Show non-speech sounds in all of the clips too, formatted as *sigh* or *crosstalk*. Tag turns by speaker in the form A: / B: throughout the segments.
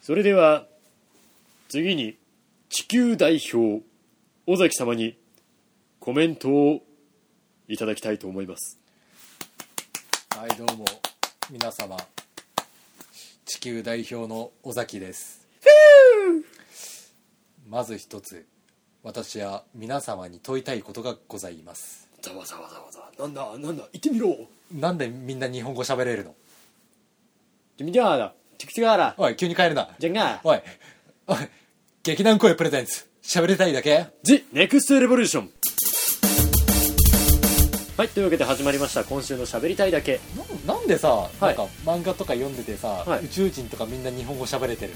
A: それでは次に地球代表尾崎様にコメントをいただきたいと思います
B: はいどうも皆様地球代表の尾崎ですまず一つ私は皆様に問いたいことがございます
A: ざわざわざわざわなんだなんだ言ってみろ
B: なんでみんな日本語喋れるの
A: 君じゃあなチクチクあら
B: おい急に帰るな
A: じゃが
B: おいおい劇団声プレゼンツ喋りたいだけ
A: ジ・ネクストレボリューションはいというわけで始まりました今週の喋りたいだけ
B: ななんでさ、
A: い
B: なんか漫画とか読んでてさ、
A: はい
B: 宇宙人とかみんな日本語喋れてる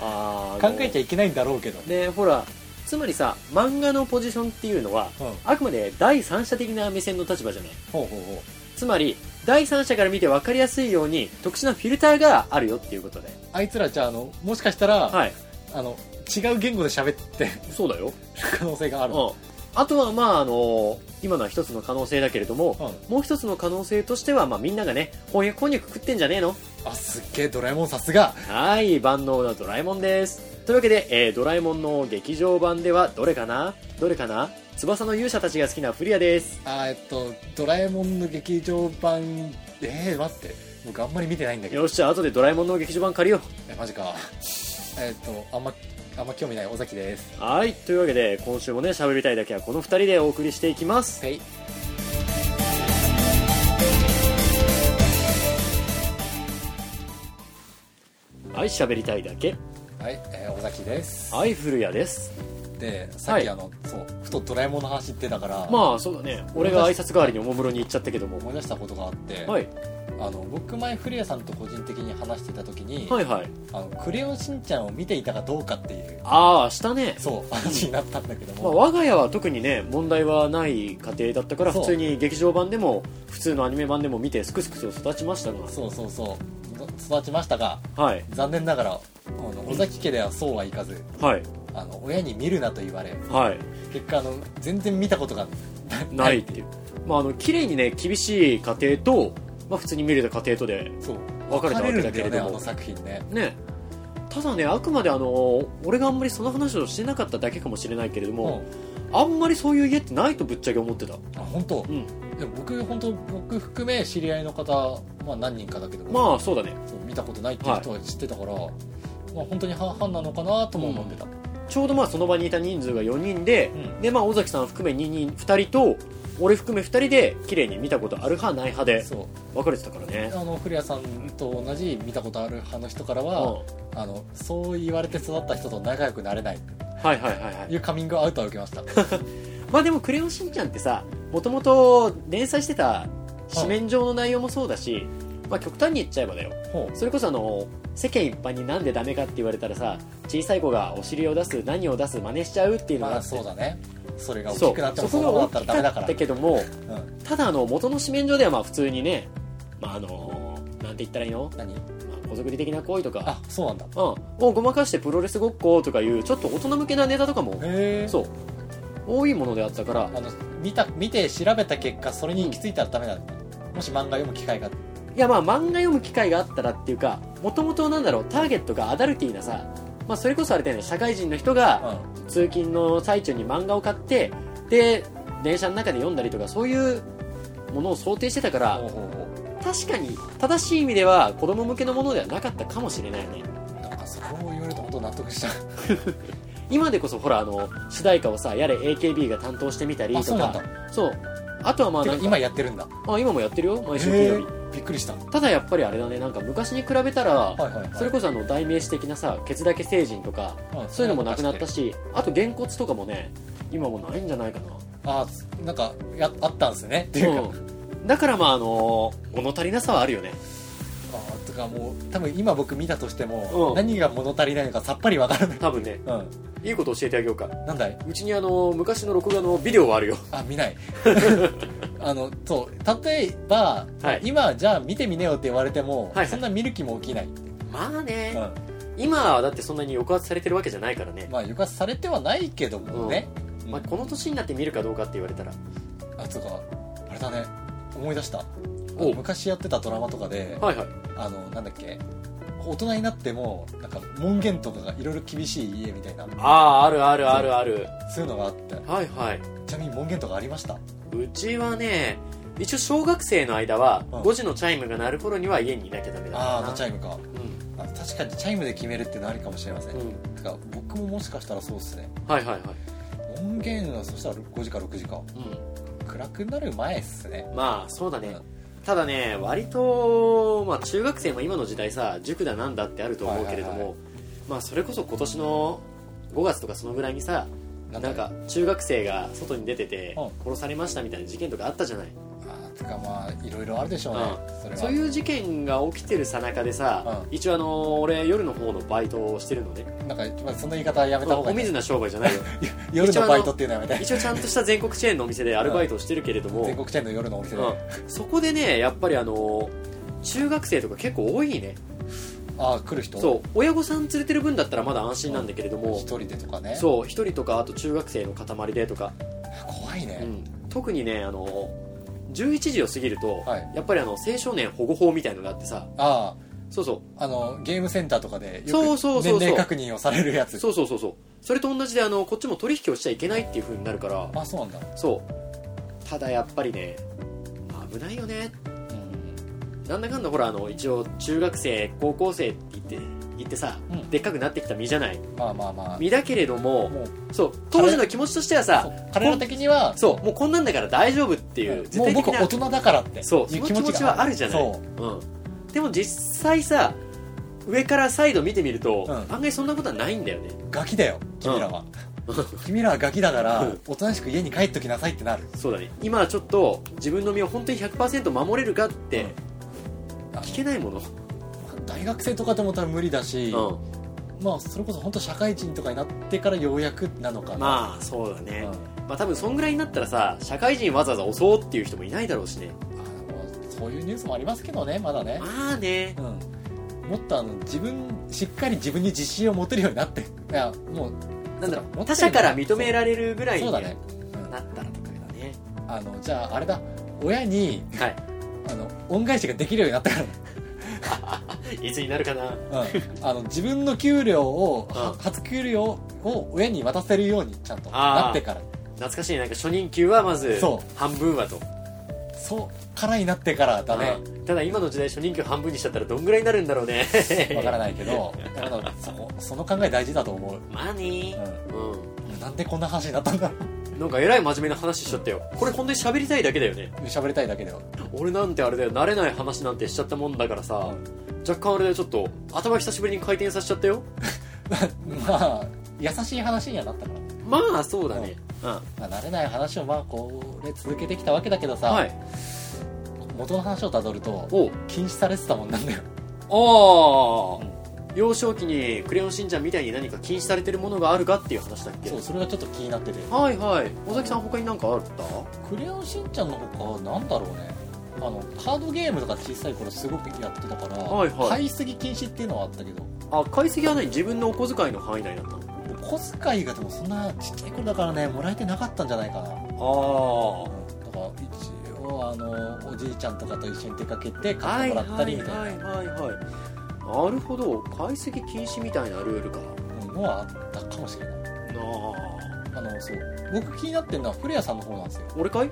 A: あ
B: の
A: ーあ
B: 考えちゃ
A: い
B: いけないんだろうけど
A: でほらつまりさ漫画のポジションっていうのは、
B: うん
A: あくまで第三者的な目線の立場じゃない
B: ほうほうほう
A: つまり第三者から見て分かりやすいように特殊なフィルターがあるよっていうことで
B: あいつらじゃああのもしかしたら、
A: はい
B: あの違う言語で喋ってる
A: そうだよ
B: 可能性がある
A: うんあとはまああの今のは一つの可能性だけれども、
B: う
A: もう一つの可能性としては、まあ、みんながね翻訳こんにゃく食ってんじゃねえの
B: あすっげえドラえもんさすが
A: はい万能なドラえもんですというわけで、えードラえもんの劇場版ではどれかなどれかな翼の勇者たちが好きなフリアです
B: あーえっとドラえもんの劇場版えー、待って僕あんまり見てないんだけど
A: よしじゃあ後でドラえもんの劇場版借りよ
B: えマジかえっとあんまあんま興味ない尾崎です
A: うはいというわけで今週もね喋りたいだけはこの2人でお送りしていきます
B: はい
A: はい喋りたいだけ
B: はい、えー、尾崎です
A: はい古谷です
B: でさっきあの、そうふとドラえもんの話ってだから、
A: まあそうだね俺が挨拶代わりにおもむろに行っちゃったけども
B: 思い出したことがあって、
A: はい
B: あの僕前古谷さんと個人的に話してた時に「
A: はいはい
B: あのクレヨンしんちゃん」を見ていたかどうかっていう
A: ああしたね
B: そう話になったんだけど
A: まあ、
B: も、
A: 我が家は特にね問題はない家庭だったから
B: そう
A: 普通に劇場版でも普通のアニメ版でも見てすくすくと育ちましたが
B: そうそうそう育ちましたが
A: はい
B: 残念ながらあの尾崎家ではそうはいかず
A: はい
B: あの親に見るなと言われ
A: はい
B: 結果あの全然見たことが
A: ないっていうまああの綺麗にね厳しい家庭と、まあ、普通に見れた家庭とで
B: そう
A: 分かれたわけ
B: るんだ
A: だけ
B: よ
A: れ
B: ね
A: ど
B: あ
A: も
B: の作品ね
A: ねただねあくまであの俺があんまりその話をしてなかっただけかもしれないけれど
B: も
A: も、あんまりそういう家ってないとぶっちゃけ思ってた
B: うんあ本当
A: うん
B: でも僕本当僕含め知り合いの方、まあ、何人かだけど
A: まあそうだね
B: そう見たことないっていう人は知ってたから、まあ本当に半々なのかなとも思ってた、
A: ちょうどまあその場にいた人数が4人で、
B: うん
A: でまあ尾崎さん含め 2, 人2人と俺含め2人で綺麗に見たことある派ない派で
B: そう
A: 分かれてたからね
B: あの古谷さんと同じ見たことある派の人から
A: うん
B: は、あのそう言われて育った人と仲良くなれない
A: はいはいはいはい
B: いうカミングアウトを受け
A: *laughs*
B: ました
A: まあでも「クレヨンしんちゃん」ってさもともと連載してた紙面上の内容もそうだし、まあ極端に言っちゃえばだよ
B: ほ
A: それこそあの世間一般になんでダメかって言われたらさ小さい子がお尻を出す何を出す真似しちゃうっていう
B: う
A: の
B: ま
A: があ
B: あ
A: って、
B: そうだねそれが大
A: そ
B: き
A: う
B: くなって
A: そ
B: もそ
A: こ
B: のまま
A: が大
B: だったら
A: き
B: ダメ
A: か
B: だから
A: ったけども
B: うん、
A: ただあの元の紙面上ではまあ普通にね、まあ、あのなんて言ったらいいの、
B: 何
A: まあ、小作り的な行為とか
B: あそうなんだ
A: うん、をごまかしてプロレスごっことかいうちょっと大人向けなネタとかも
B: へえ
A: そう多いものであったから
B: あの見た見て調べた結果それに行き着いたらダメなんだ、もし漫画読む機会が
A: いやまあ漫画読む機会があったらっていうかもともとなんだろうターゲットがアダルティーなさ、まあ、それこそあれだよね社会人の人が
B: う
A: 通勤の最中に漫画を買ってで電車の中で読んだりとかそういうものを想定してたから
B: んほうほうほ
A: 確かに正しい意味では子供向けのものではなかったかもしれないよね
B: うなんかそこを言われたこと納得した
A: 今でこそほらあの主題歌をさやれ AKB が担当してみたりと
B: あ
A: か
B: そうなんだ
A: そうあとはまあ
B: て
A: な
B: か
A: んか
B: 今やってるんだ
A: あ今もやってるよ毎週金
B: へ
A: 曜
B: え
A: 日
B: びっくりしたは
A: ただやっぱりあれだねなんか昔に比べたら、
B: いはいはい
A: それこそあの代名詞的なさケツだけ成人とか
B: うん
A: そういうのもなくなったしあとげんこつとかもね今もうないんじゃないかな
B: あーなんかやあったんですねっていうか、
A: うんだからまああの物足りなさはあるよね
B: あーとかもう多分今僕見たとしても、
A: うん
B: 何が物足りないのかさっぱりわからない
A: 多分ね
B: う
A: いいこと教えてあげようか
B: んなんだいう
A: ちにあの昔の録画のビデオはあるよ
B: あ
A: *laughs*
B: 見ないあのそう例えば、
A: はい
B: 今じゃあ見てみねよって言われても、
A: はいはい
B: そんな見る気も起きない、う
A: まあね、
B: ん、
A: 今はだってそんなに抑圧されてるわけじゃないからね、
B: まあ抑圧されてはないけどもね、うん
A: まあ、この年になって見るかどうかって言われたら
B: あそうかあれだね思い出したあの
A: お
B: 昔やってたドラマとかで、
A: はいはい
B: あのなんだっけ大人になってもなんか門限とかがいろいろ厳しい家みたいな
A: あああるあるあるある
B: そういうのがあって
A: はいはい
B: ちなみに門限とかありました
A: うちはね一応小学生の間は
B: うん
A: 5時のチャイムが鳴る頃には家にいなきゃダメだ
B: ああーのチ
A: イ
B: ャイムかあ確かにチャイムで決めるっていうのありかもしれません、
A: うん、うん、
B: てか僕ももしかしたらそうですね
A: はいはいはい、
B: 門限はそしたら5時か6時か暗くなる前っすね
A: うん、まあそうだね、
B: うん
A: ただね割と、まあ、中学生も今の時代さ塾だなんだってあると思うけれども、
B: はいはいは
A: まあそれこそ今年の5月とかそのぐらいにさ
B: な
A: なんか中学生が外に出てて
B: うん
A: 殺されましたみたいな事件とかあったじゃない、
B: あーてかまあいろいろあるでしょうね、それは
A: そういう事件が起きてるさなかでさ、
B: う
A: 一応あの俺夜の方のバイトをしてるのね
B: なんか、まあ、その言い方はやめた方が
A: お
B: いい
A: 水な商売じゃないよ
B: 夜のバイトっていうのはやめたい
A: 一応ちゃんとした全国チェーンのお店でアルバイトをしてるけれども、
B: 全国チェーンの夜のお店で、
A: うんそこでねやっぱりあの中学生とか結構多いね
B: ああ来る人
A: そう親御さん連れてる分だったらまだ安心なんだけれども
B: 一、人でとかね
A: そう1人とかあと中学生の塊でとか、
B: 怖いね、
A: うん特にねあの11時を過ぎると、
B: はい
A: やっぱりあの青少年保護法みたいのがあってさ
B: あ
A: そうそう
B: ああのゲームセンターとかで
A: そう
B: よ
A: そう
B: く
A: そうそう
B: 年齢確認をされるやつ
A: そうそうそうそうそれと同じであのこっちも取引をしちゃいけないっていう風になるから
B: あそうなんだ、
A: そうただやっぱりね危ないよねなんだかんだほらあの一応中学生高校生って言って言ってさ、
B: うん
A: でっかくなってきた身じゃない
B: まあまあまあ
A: 身だけれども
B: もう
A: そう当時の気持ちとしては
B: そ
A: さ
B: う彼ら的には
A: そうもうこんなんだから大丈夫っていう絶
B: もう
A: 対
B: 僕
A: 的な
B: 大人だからって
A: そう
B: い
A: その気持ちはあるじゃない
B: そう
A: うん、でも実際さ上から再度見てみると、
B: うん
A: 案外そんなことはないんだよね
B: ガキだよ君らは、
A: *laughs*
B: 君らはガキだから
A: うん
B: おとなしく家に帰っときなさいってなる
A: そうだね今はちょっと自分の身を本当に100%守れるかって
B: うんあの
A: 聞けないもの、
B: 大学生とかでも多分無理だし、
A: う
B: まあそれこそ本当社会人とかになってからようやくなのかな、
A: ん、まあそうだ
B: あ
A: ね
B: うん、、
A: まあ多分そんぐらいになったらさ社会人わざわざ襲うっていう人もいないだろうしね
B: あのそういうニュースもありますけどねまだね、
A: まあね
B: うん、もっとあの自分しっかり自分に自信を持てるようになっていやもう
A: なんだろ
B: そう
A: う他者から認められるぐらいに
B: そう
A: なった
B: だ
A: ら
B: ね、うん
A: とかだね
B: あのじゃああれだ親に
A: は
B: あの恩返しができるようになったから
A: いいつになるかな
B: うんあの自分の給料を、
A: うん
B: は初給料を親に渡せるようにちゃんと
A: あー
B: なってから
A: 懐かしいなんか初任給はまず
B: そ
A: 半分はと
B: そうからになってからだね
A: うんただ今の時代初任給半分にしちゃったらどんぐらいになるんだろうね
B: わからないけどだからそこその考え大事だと思う、
A: *laughs* まあねう
B: うん、なんでこんな話になったんだろうん
A: なんかえらい真面目な話しちゃったよこれ本当に喋りたいだけだよね
B: 喋りたいだけだよ
A: 俺なんてあれだよ慣れない話なんてしちゃったもんだからさ若干あれだよちょっと頭久しぶりに回転させちゃったよ
B: まあ優しい話にはなったから、
A: まあそうだねうん
B: まあ、慣れない話をまあこれ続けてきたわけだけどさ、
A: はい
B: 元の話をたどると
A: お
B: 禁止されてたもんなんだよ
A: ああ、
B: うん
A: 幼少期に「クレヨンしんちゃん」みたいに何か禁止されてるものがあるかっていう話だっけ
B: そうそれがちょっと気になってて
A: はいはい尾崎さん他に何かあった
B: クレヨンしんちゃんのほかなんだろうねあのカードゲームとか小さい頃すごくやってたから、
A: はいはい
B: 買いすぎ禁止っていうのはあったけど
A: あ解析は何自分のお小遣いの範囲内だったの
B: お小遣いがでもそんなちっちゃい頃だからねもらえてなかったんじゃないかな、
A: あ
B: だから一応あのおじいちゃんとかと一緒に出かけて買ってもらったりみたいな
A: はいはいはいはいなるほど解析禁止みたいなルールか
B: うんのはあったかもしれない
A: なあ
B: あのそう僕気になってるのは古谷さんの方なんですよ
A: 俺かい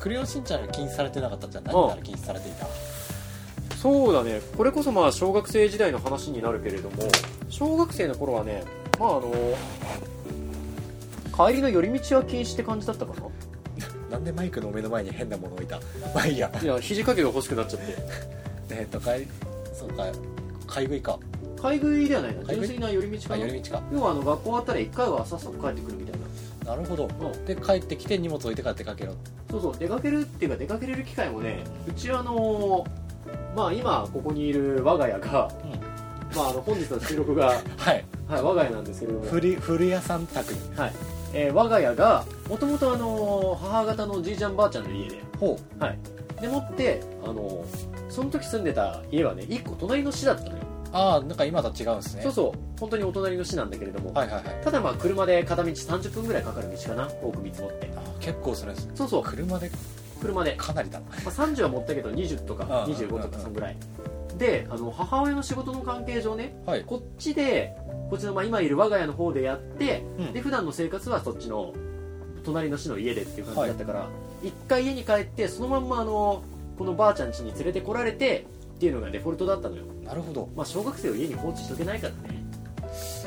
B: クレヨンしんちゃんが禁止されてなかったじゃん何から禁止されていた
A: そうだねこれこそまあ小学生時代の話になるけれども小学生の頃はねまああの帰りの寄り道は禁止って感じだったかな
B: なんでマイクの目の前に変なもの置いたまあいいや
A: いや肘掛けが欲しくなっちゃって
B: えっと買いそうか買い食いか
A: 買い食いではないな
B: 買い
A: 純
B: 食い
A: 粋な寄り道か
B: あ
A: な
B: 寄り道か
A: 要はあの学校終わったら一回はさっさと帰ってくるみたいな
B: なるほど
A: うん
B: で帰ってきて荷物置いてから出かけろ
A: そうそう出かけるっていうか出かけれる機会もねうちはあのーまあ今ここにいる我が家が、
B: うん
A: まああの本日の収録が、はい、
B: はい
A: 我が家なんですけれども、
B: 古古屋さん宅に
A: えー我が家がもともとあのー母方のじいちゃんばあちゃんの家で
B: ほ
A: はいでもってあのーその時住んでた家はね一個隣の市だったのよ、
B: うああなんか今と違うんですね
A: そうそう本当にお隣の市なんだけれども、
B: はいはいはい
A: ただまあ車で片道30分ぐらいかかる道かな多く見積もって
B: あー結構それです
A: そうそう
B: 車で
A: 車で、
B: かなりだな
A: まあ、30は持ったけど20とか
B: うん
A: 25とかそんぐらいであの母親の仕事の関係上ね
B: はい
A: こっちでこっちの、まあ、今いる我が家の方でやって、
B: うん
A: で普段の生活はそっちの隣の市の家でっていう感じだったから、一回家に帰ってそのまんまあのこのばあちゃん家に連れてこられてっていうのがデフォルトだったのよ
B: なるほど、
A: まあ小学生を家に放置しとけないからね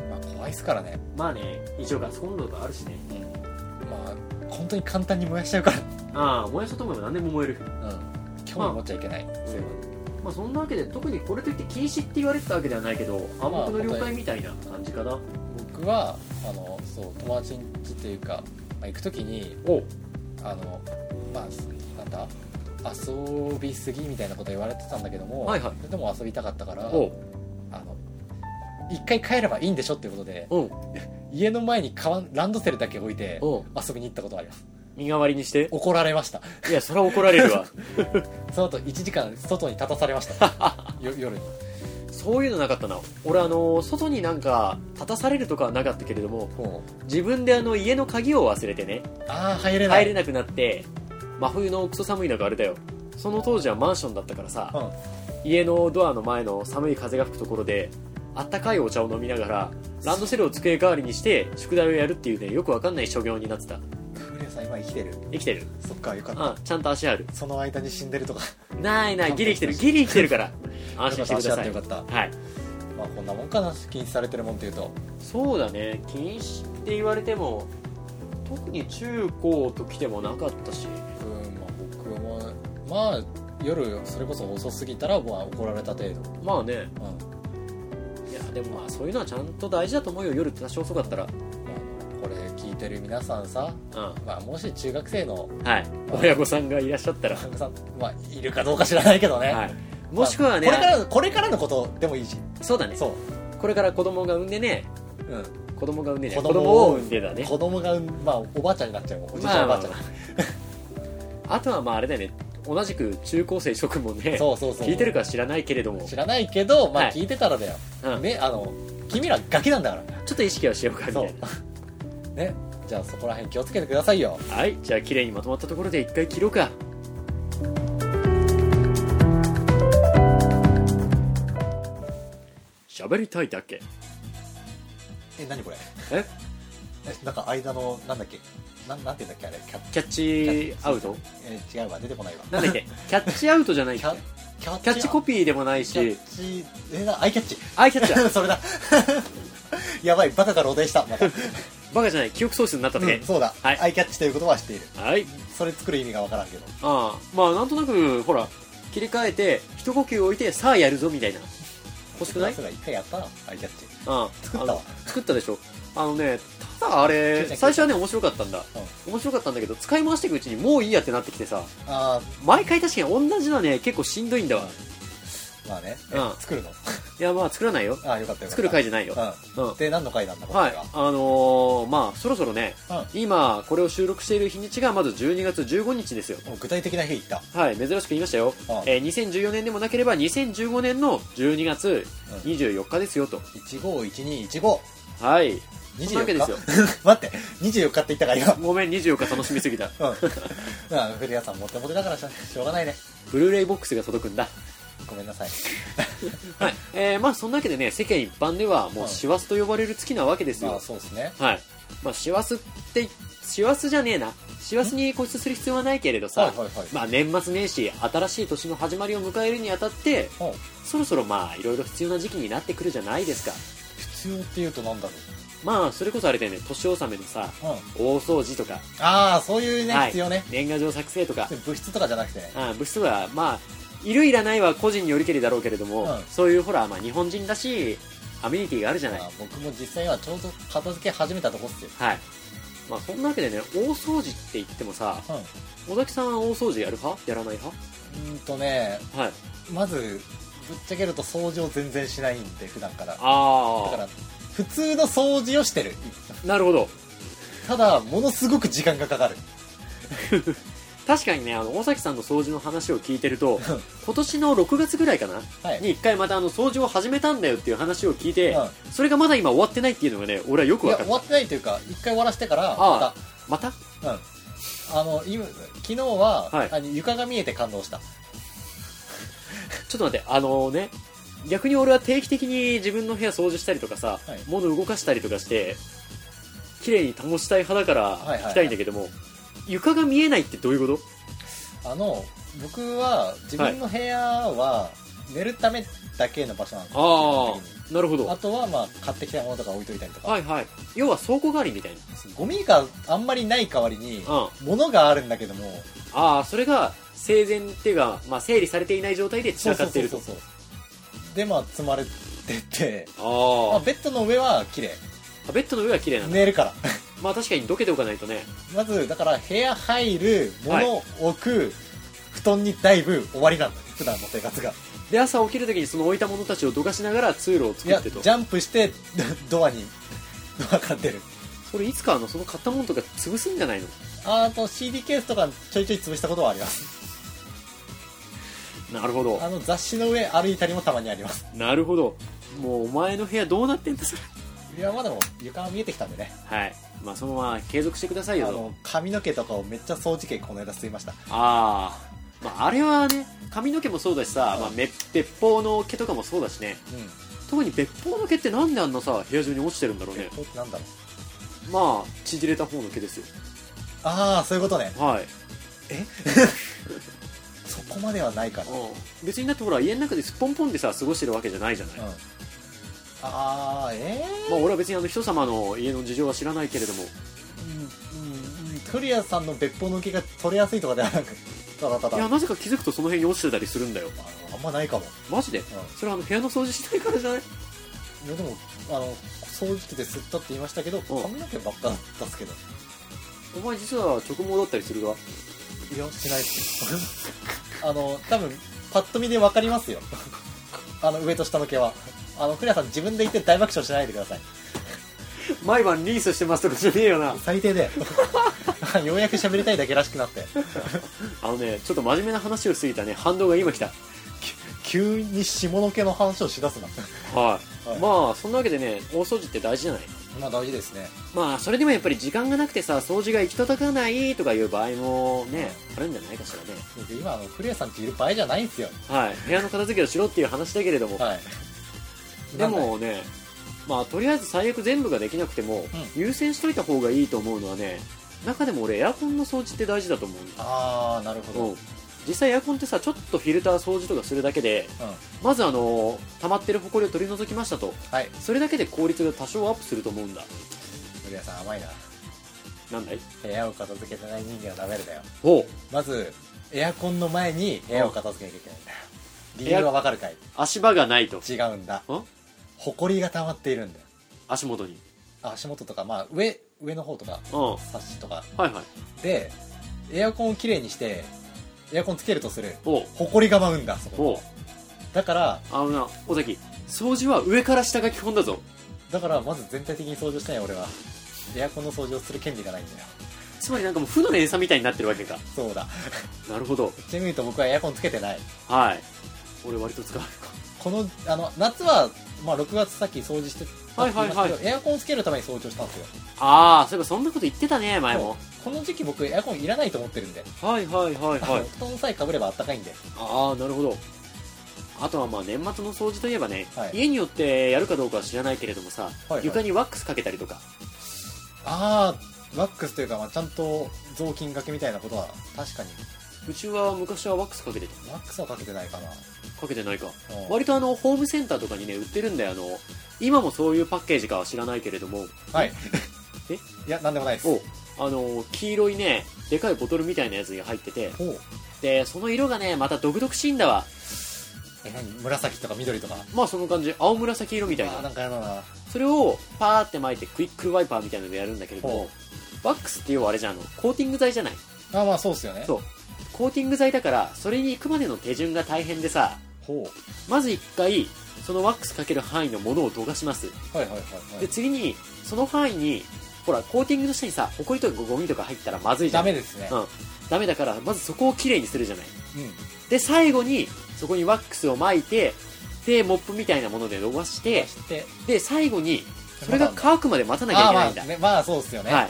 B: まあ、怖いっすからね、
A: まあね一応ガスコンロとかあるしね
B: うん、まあ本当に簡単に燃やしちゃうか
A: ああ燃やそうと思えば何でも燃える
B: ら、うん、興味持っちゃいけない、
A: そういうまあそんなわけで特にこれといって禁止って言われてたわけではないけど暗黙の了解みたいな感じかな
B: 僕はあのそう友達ん家っていうか、まあ、行く時に
A: お
B: あのまあなんだ遊びすぎみたいなこと言われてたんだけども、
A: はいはい
B: それでも遊びたかったから
A: お
B: あの一回帰ればいいんでしょっていうことで
A: お
B: 家の前にカワンランドセルだけ置いて
A: お
B: 遊びに行ったことあります
A: 身代わりにして
B: 怒られました
A: いやそれは怒られるわ
B: その後1時間外に立たされま *laughs* したよ夜に
A: そういうのなかったな俺あの外になんか立たされるとかはなかったけれども
B: こう
A: 自分であの家の鍵を忘れてね
B: ああ入れない
A: 入れなくなって真冬のクソ寒い中あれだよその当時はマンションだったからさ
B: うん
A: 家のドアの前の寒い風が吹くところであったかいお茶を飲みながらランドセルを机代わりにして宿題をやるっていうねよくわかんない所業になってた
B: クーレンさん今生きてる
A: 生きてる
B: そっかよかった
A: あちゃんと足ある
B: その間に死んでるとか
A: ないないギリ生きてるギリ生きてる
B: *laughs*
A: から安心してください
B: よかった足あってよかっ
A: はい
B: たまあこんなもんかな禁止されてるもんっていうと
A: そうだね禁止って言われても特に中高と来てもなかったし
B: うんまあ僕もまあ夜それこそ遅すぎたらまあ怒られた程度
A: まあね
B: うん
A: いやでもまあそういうのはちゃんと大事だと思うよ夜多少遅かったら
B: まあこれ聞いてる皆さんさ、
A: う
B: まあ、もし中学生の
A: んはい親御さんがいらっしゃったら
B: お客さん、まあ、いるかどうか知らないけどね、
A: はいもしくはね
B: まあこれからのこれからのことでもいいし
A: そうだね
B: そ
A: これから子供が産んでね
B: う、うん、
A: 子供が産んでね
B: 子
A: 子
B: 供
A: 供
B: を
A: を産んでだね
B: 子供が産んまあおばあちゃんになっちゃうおじいちゃん、
A: まあ
B: おばあちゃん、
A: *laughs* あとはまああれだよね同じく中高生諸君もね
B: そうそうそう
A: 聞いてるか知らないけれども、
B: 知らないけど、ま
A: は
B: あ、
A: い
B: 聞いてたらだよ、
A: うん
B: ねあの君らガキなんだから
A: ちょっと意識はしようかみたいな
B: *laughs* ねじゃあそこら辺気をつけてくださいよ
A: はいじゃあ綺麗にまとまったところで一回切ろうか喋りたいだけ
B: え何これ
A: え
B: えなんか間のなんだっけなんなんて言うんだっけあれキャッ
A: キャッチアウト
B: えー違うわ出てこないわ
A: なんだ
B: *laughs*
A: っけキャッチアウトじゃない
B: キ
A: キャ
B: ャキャ
A: ッチコピーでもない
B: キャ
A: し
B: ッチえなアイキャッチ
A: アイキャッチだ
B: *laughs* それだやばいバカが露呈した
A: *laughs*
B: また、
A: バカじゃない記憶喪失になっただ
B: う
A: け
B: ん、そうだ、
A: はい
B: アイキャッチという言葉は知っている
A: はい
B: それ作る意味がわからんけど
A: ああまあなんとなくほら切り替えて一呼吸置いてさあやるぞみたいな欲しくない
B: そうだ一回やったなアイキャッチ
A: ああ
B: 作っ
A: あ
B: たわ
A: の作ったでしょあのねただあれ
B: ちょいちょい
A: 最初はね面白かったんだ、面白かったんだけど使い回していくうちにもういいやってなってきてさ
B: あ
A: 毎回確かに同じのはね結構しんどいんだわ
B: ーまあね、え
A: うん
B: 作るの
A: いやまあ作らないよ
B: あーよかったよかった
A: 作る回じゃないよ、
B: うん、
A: うん
B: で何の回なんだこれ
A: はいあのーまあそろそろね
B: は、
A: 今これを収録している日にちがまず12月15日ですよ
B: うん、もう具体的な日いった
A: はい珍しく言いましたよ、
B: うん
A: えー2014年でもなければ2015年の12月24日ですよと、
B: 151215
A: はいそんなわけですよ
B: 24日 *laughs* 待って24日って言ったから今
A: ごめん24日楽しみすぎた *laughs*
B: うん、うん、古谷さんモテモテだからしょしょうがないね
A: ブルーレイボックスが届くんだ
B: ごめんなさい
A: はい、えーまあそんなわけでね世間一般ではも
B: は
A: う
B: い
A: 師走と呼ばれる月なわけです
B: まあ
A: よ
B: そうですね
A: はいまあ師走って師走じゃねえな師走に固執する必要はないけれどさ、
B: はいはいはい
A: まあ年末年始新しい年の始まりを迎えるにあたって
B: うん
A: そろそろまあいろいろ必要な時期になってくるじゃないですか
B: 必要っていうとなんだろ
A: まあそれこそあれだよね年納めのさ
B: う、うん、
A: 大掃除とか、
B: ああそういうね、
A: はい
B: 必要ね
A: 年賀状作成とか、
B: 物質とかじゃなくてね
A: あ物質はまあいるいらないは個人によりけりだろうけれども、
B: うん
A: そういうほら、まあ、日本人らしいアメニティがあるじゃない、
B: まあ僕も実際はちょうど片付け始めたとこっすよ
A: はいまあそんなわけでね大掃除って言ってもさ
B: うん
A: 尾崎さんは大掃除やる派やらない派
B: うーんとね
A: はい
B: まずぶっちゃけると掃除を全然しないんで普段からだか
A: あ
B: ら普通の掃除をしてる
A: あなるほど
B: ただものすごく時間がかかる
A: 確かにねあの尾崎さんの掃除の話を聞いてると
B: うん
A: 今年の6月ぐらいかな、
B: はい
A: に1回またあの掃除を始めたんだよっていう話を聞いて、
B: う
A: それがまだ今終わってないっていうのがね俺はよく分
B: いや
A: かっ
B: 終
A: た
B: わってないというか一回終わらせてからま
A: あまた
B: たうんあの今昨日は、
A: はい
B: あの床が見えて感動した
A: ちょっと待って、あのね、逆に俺は定期的に自分の部屋掃除したりとかさ、
B: はい
A: 物動かしたりとかして、綺麗に保ちたい派だから
B: はいはいはい
A: 行きたいんだけども、床が見えないってどういうこ
B: あの僕は自分の部屋は寝るためだけの場所なんです
A: とあ
B: よ基本的に
A: あ、なるほど。
B: あとはまあ買ってきたものとか置いといたりとか、
A: はいはい。要は倉庫代わりみたいな。
B: ゴミがあんまりない代わりに
A: うん。
B: 物があるんだけども
A: ああ、それが生前っていうか、まあ、整理されていない状態で散らかっていると。
B: そうでまあ積まれてて、まあ、
A: あ
B: ベッドの上は綺麗
A: あ、ベッドの上は綺麗なんだ。
B: 寝るから *laughs*
A: まあ確かにどけておかないとね。
B: まずだから部屋入る
A: はい
B: 物置く布団にだいぶ終わりなんだね普段の生活が
A: で、朝起きるときにその置いたものたちをどかしながら通路を
B: い
A: 作
B: や
A: っ
B: ジ
A: てと。
B: ャンプして *laughs* ドアにドアから出る
A: それいつかあの、その買ったものとか潰すんじゃないの
B: あと CD ケースとかちょいちょい潰したことはあります
A: なるほど
B: あ。の雑誌の上歩いたりもたまにあります
A: なるほど。もうお前の部屋どうなってんだそれ。
B: いやまあでも床が見えてきたんでね
A: はい。まあそのまま継続してくださ
B: あ
A: いよと。
B: の髪の毛とかをめっちゃ掃除機この間吸いました
A: ああ。まああれはね、髪の毛もそうだしさ、
B: うん
A: まあめ別方の毛とかもそうだしね。
B: うん
A: 特に別方の毛ってなんであんなさ、部屋中に落ちてるんだろうね。
B: こうなんだろう
A: まあ、縮れた方の毛ですよ。
B: ああそういうことね
A: はい。
B: そこまではないから、うん、
A: うん別にだってほら、家の中ですっぽんぽんでさ、過ごしてるわけじゃないじゃない。
B: ああええ
A: まあ、俺は別にあの人様の家の事情は知らないけれども、
B: うんうんうんクリアさんの別本の毛が取れやすいとかではなくただた
A: い
B: だ
A: や、
B: あ
A: なぜか気づくとその辺に落ちてたりするんだよ。
B: あんまないかも、
A: マジで
B: う
A: それはあの部屋の掃除しないからじゃない *laughs*
B: ん、いやでもあの掃除機で吸ったって言いましたけど
A: ん
B: 髪の毛ばっかだったっすけど
A: お前実は直毛だったりするが。
B: いやしないっす *laughs* あの多分パッと見で分かりますよ *laughs* あの上と下の毛はあのクリアさん自分で言って大爆笑しないでください
A: 毎晩リースしてますとかじゃねえよな。
B: 最 *laughs* 低でようやく喋りたいだけらしくなって
A: あのね、ちょっと真面目な話を過ぎたね、反動が今来た。
B: 急に下の毛の話をしだすな
A: はい。
B: はい
A: まあ、そんなわけでね、大掃除って大事じゃない
B: まあ大事ですね
A: まあ、それでもやっぱり時間がなくてさ、掃除が行き届かないとかいう場合もね、あるんじゃないかしらね。
B: で今あのクリアさんっている場合じゃないんですよ
A: はい。部屋の片付けをしろっていう話だけれども、
B: はい
A: でもね、まあ、とりあえず最悪全部ができなくても、
B: う
A: 優先しといた方がいいと思うのはね、中でも俺エアコンの掃除って大事だと思うんだ。
B: ああなるほど、
A: うん、実際エアコンってさちょっとフィルター掃除とかするだけで
B: うん
A: まずあの溜まってる埃を取り除きましたと
B: はい
A: それだけで効率が多少アップすると思うんだ
B: クリアさん甘いな
A: なんだい
B: 部屋を片付けてない人間はダメだよ
A: おう
B: まずエアコンの前に部屋を片付けなきゃいけないんだよ理由はわかるかい
A: 足場がないとん
B: 違うんだ埃が溜まっているんだよ
A: 足元に
B: あ足元とかまあ上上の方とか
A: うんは
B: サッシとか
A: いはい
B: でエアコンをきれいにしてエアコンつけるとする
A: おう
B: 埃が舞うんだそ
A: おう
B: こだから
A: あのな尾崎掃除は上から下が基本だぞ
B: だからまず全体的に掃除したいよ俺はエアコンの掃除をする権利がないんだよ
A: つまりなんかもう負の連鎖みたいになってるわけか
B: そうだ
A: なるほど
B: ちなみに言うと僕はエアコンつけてない
A: はい俺割と使う
B: このあの夏は、まあ、6月さっき掃除してたって言いました
A: はいは
B: け
A: い
B: ど
A: は
B: エアコンつけるために掃除をしたんですよ
A: ああそういえばそんなこと言ってたね前も
B: この時期僕エアコンいらないと思ってるんで、
A: はいはいはい
B: あの布団さえかぶればあったかいんで
A: ああなるほどあとはまあ年末の掃除といえばね、
B: はい
A: 家によってやるかどうかは知らないけれどもさ、
B: いはい
A: 床にワックスかけたりとか
B: ああワックスというか、まあ、ちゃんと雑巾がけみたいなことは確かに
A: うちは昔はワックスかけてた
B: ワックスはかけてないかな
A: かけてないか
B: うん
A: 割とあのホームセンターとかにね売ってるんだよあの今もそういうパッケージかは知らないけれども
B: はい
A: え
B: いやなんでもないです
A: おあの黄色いねでかいボトルみたいなやつが入ってて
B: おう
A: でその色がねまた独々しいんだわ
B: え何紫とか緑とか
A: まあその感じ青紫色みたい
B: あー
A: な
B: なんかやだな
A: それをパーって巻いてクイックルワイパーみたいなのでやるんだけれども
B: ほ
A: ワックスって要はあれじゃんあのコーティング剤じゃない
B: あまあそうっすよね
A: そうコーティング剤だからそれに行くまでの手順が大変でさ
B: ほ
A: まず一回そのワックスかける範囲のものをどかします
B: うはいはいは
A: で次にその範囲にほらコーティングの下にさホコリとかゴミとか入ったらまずいじゃ
B: ダ
A: ん
B: メですね
A: うんダメだからまずそこをきれいにするじゃない
B: うん
A: で最後にそこにワックスを巻いてでモップみたいなもので伸ばして
B: そして
A: で最後にそれが乾くまで待たなきゃい
B: あ
A: けない
B: ー
A: ん
B: ま
A: だ
B: あ、ね、まあそうっすよね、
A: はい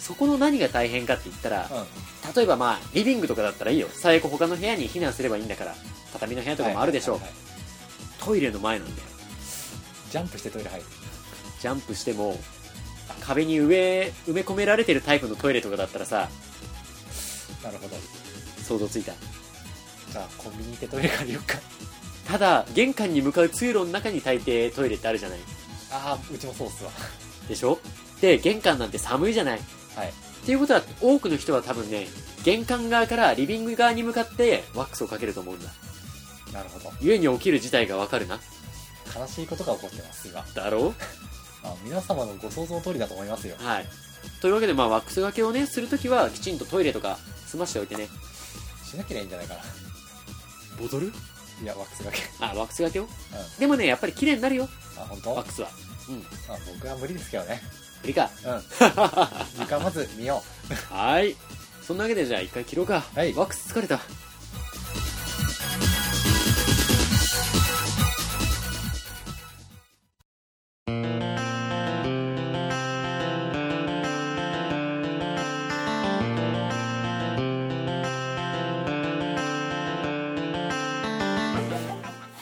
A: そこの何が大変かって言ったら
B: うん、
A: 例えばまあリビングとかだったらいいよ最悪他の部屋に避難すればいいんだから畳の部屋とかもあるでしょう、
B: はいはいはい
A: トイレの前なんだよ
B: ジャンプしてトイレ入る
A: ジャンプしても壁に上埋め込められてるタイプのトイレとかだったらさ
B: なるほど
A: 想像ついた
B: じゃあコンビニ行ってトイレ借りようか
A: ただ玄関に向かう通路の中に大抵トイレってあるじゃない
B: ああうちもそうっすわ
A: でしょで玄関なんて寒いじゃない
B: はい
A: っていうことは多くの人は多分ね玄関側からリビング側に向かってワックスをかけると思うんだ
B: なるほど
A: 故に起きる事態がわかるな
B: 悲しいことが起こってます今
A: だろ
B: あ皆様のご想像通りだと思いますよ
A: うはいというわけでまあワックスがけをねするときはきちんとトイレとか済ましておいてね
B: しなければいいんじゃないかな
A: ボトル
B: いやワックスがけ
A: あワックスがけを
B: うんあ
A: でもねやっぱり綺麗になるよ
B: 本
A: ワ
B: 当
A: ックスはうん
B: あ僕は無理ですけどね
A: 無理か
B: うん *laughs* 時間まず見よ
A: はいそんなわけでじゃあ一回切ろうか、
B: はい
A: ワックス疲れた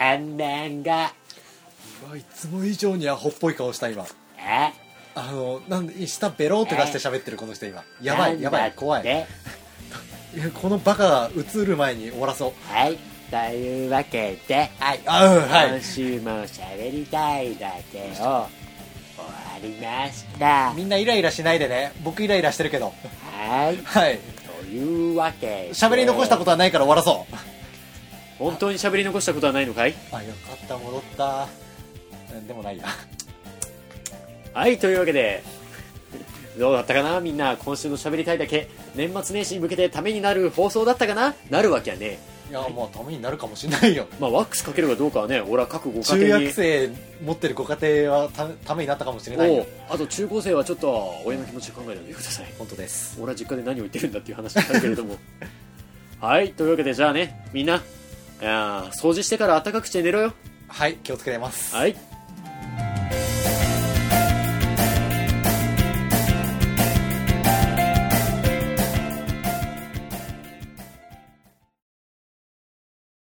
A: あんなんが
B: ううわいつも以上にアホっぽい顔した今
A: え
B: あのなんで下ベローって出して喋ってるこの人今やばいやばい怖い
A: ね
B: いやこのバカが映る前に終わらそう
A: はいというわけで
B: はいあうんはい
A: 今週も喋りたいだけを終わりました
B: みんなイライラしないでね僕イライラしてるけど
A: はい
B: はい
A: というわけで
B: 喋り残したことはないから終わらそう
A: 本当に喋り残したことはないのかい
B: *laughs* あよかった戻ったうんでもないや
A: はいというわけでどうだったかなみんな今週の喋りたいだけ年末年始に向けてためになる放送だったかななるわけやね
B: いやもうためになるかもしれないよ
A: まあワックスかけるかどうかはね俺は各ご家
B: 中
A: 庭に
B: 学生持ってるご家庭はたためになったかもしれない
A: お
B: よ
A: うあと中高生はちょっと親の気持ちを考えてみてください
B: 本当です
A: 俺は実家で何を言ってるんだっていう話だったけれどもはいというわけでじゃあねみんないやー掃除してから暖かくして寝ろよ
B: はい気をつけてます
A: はい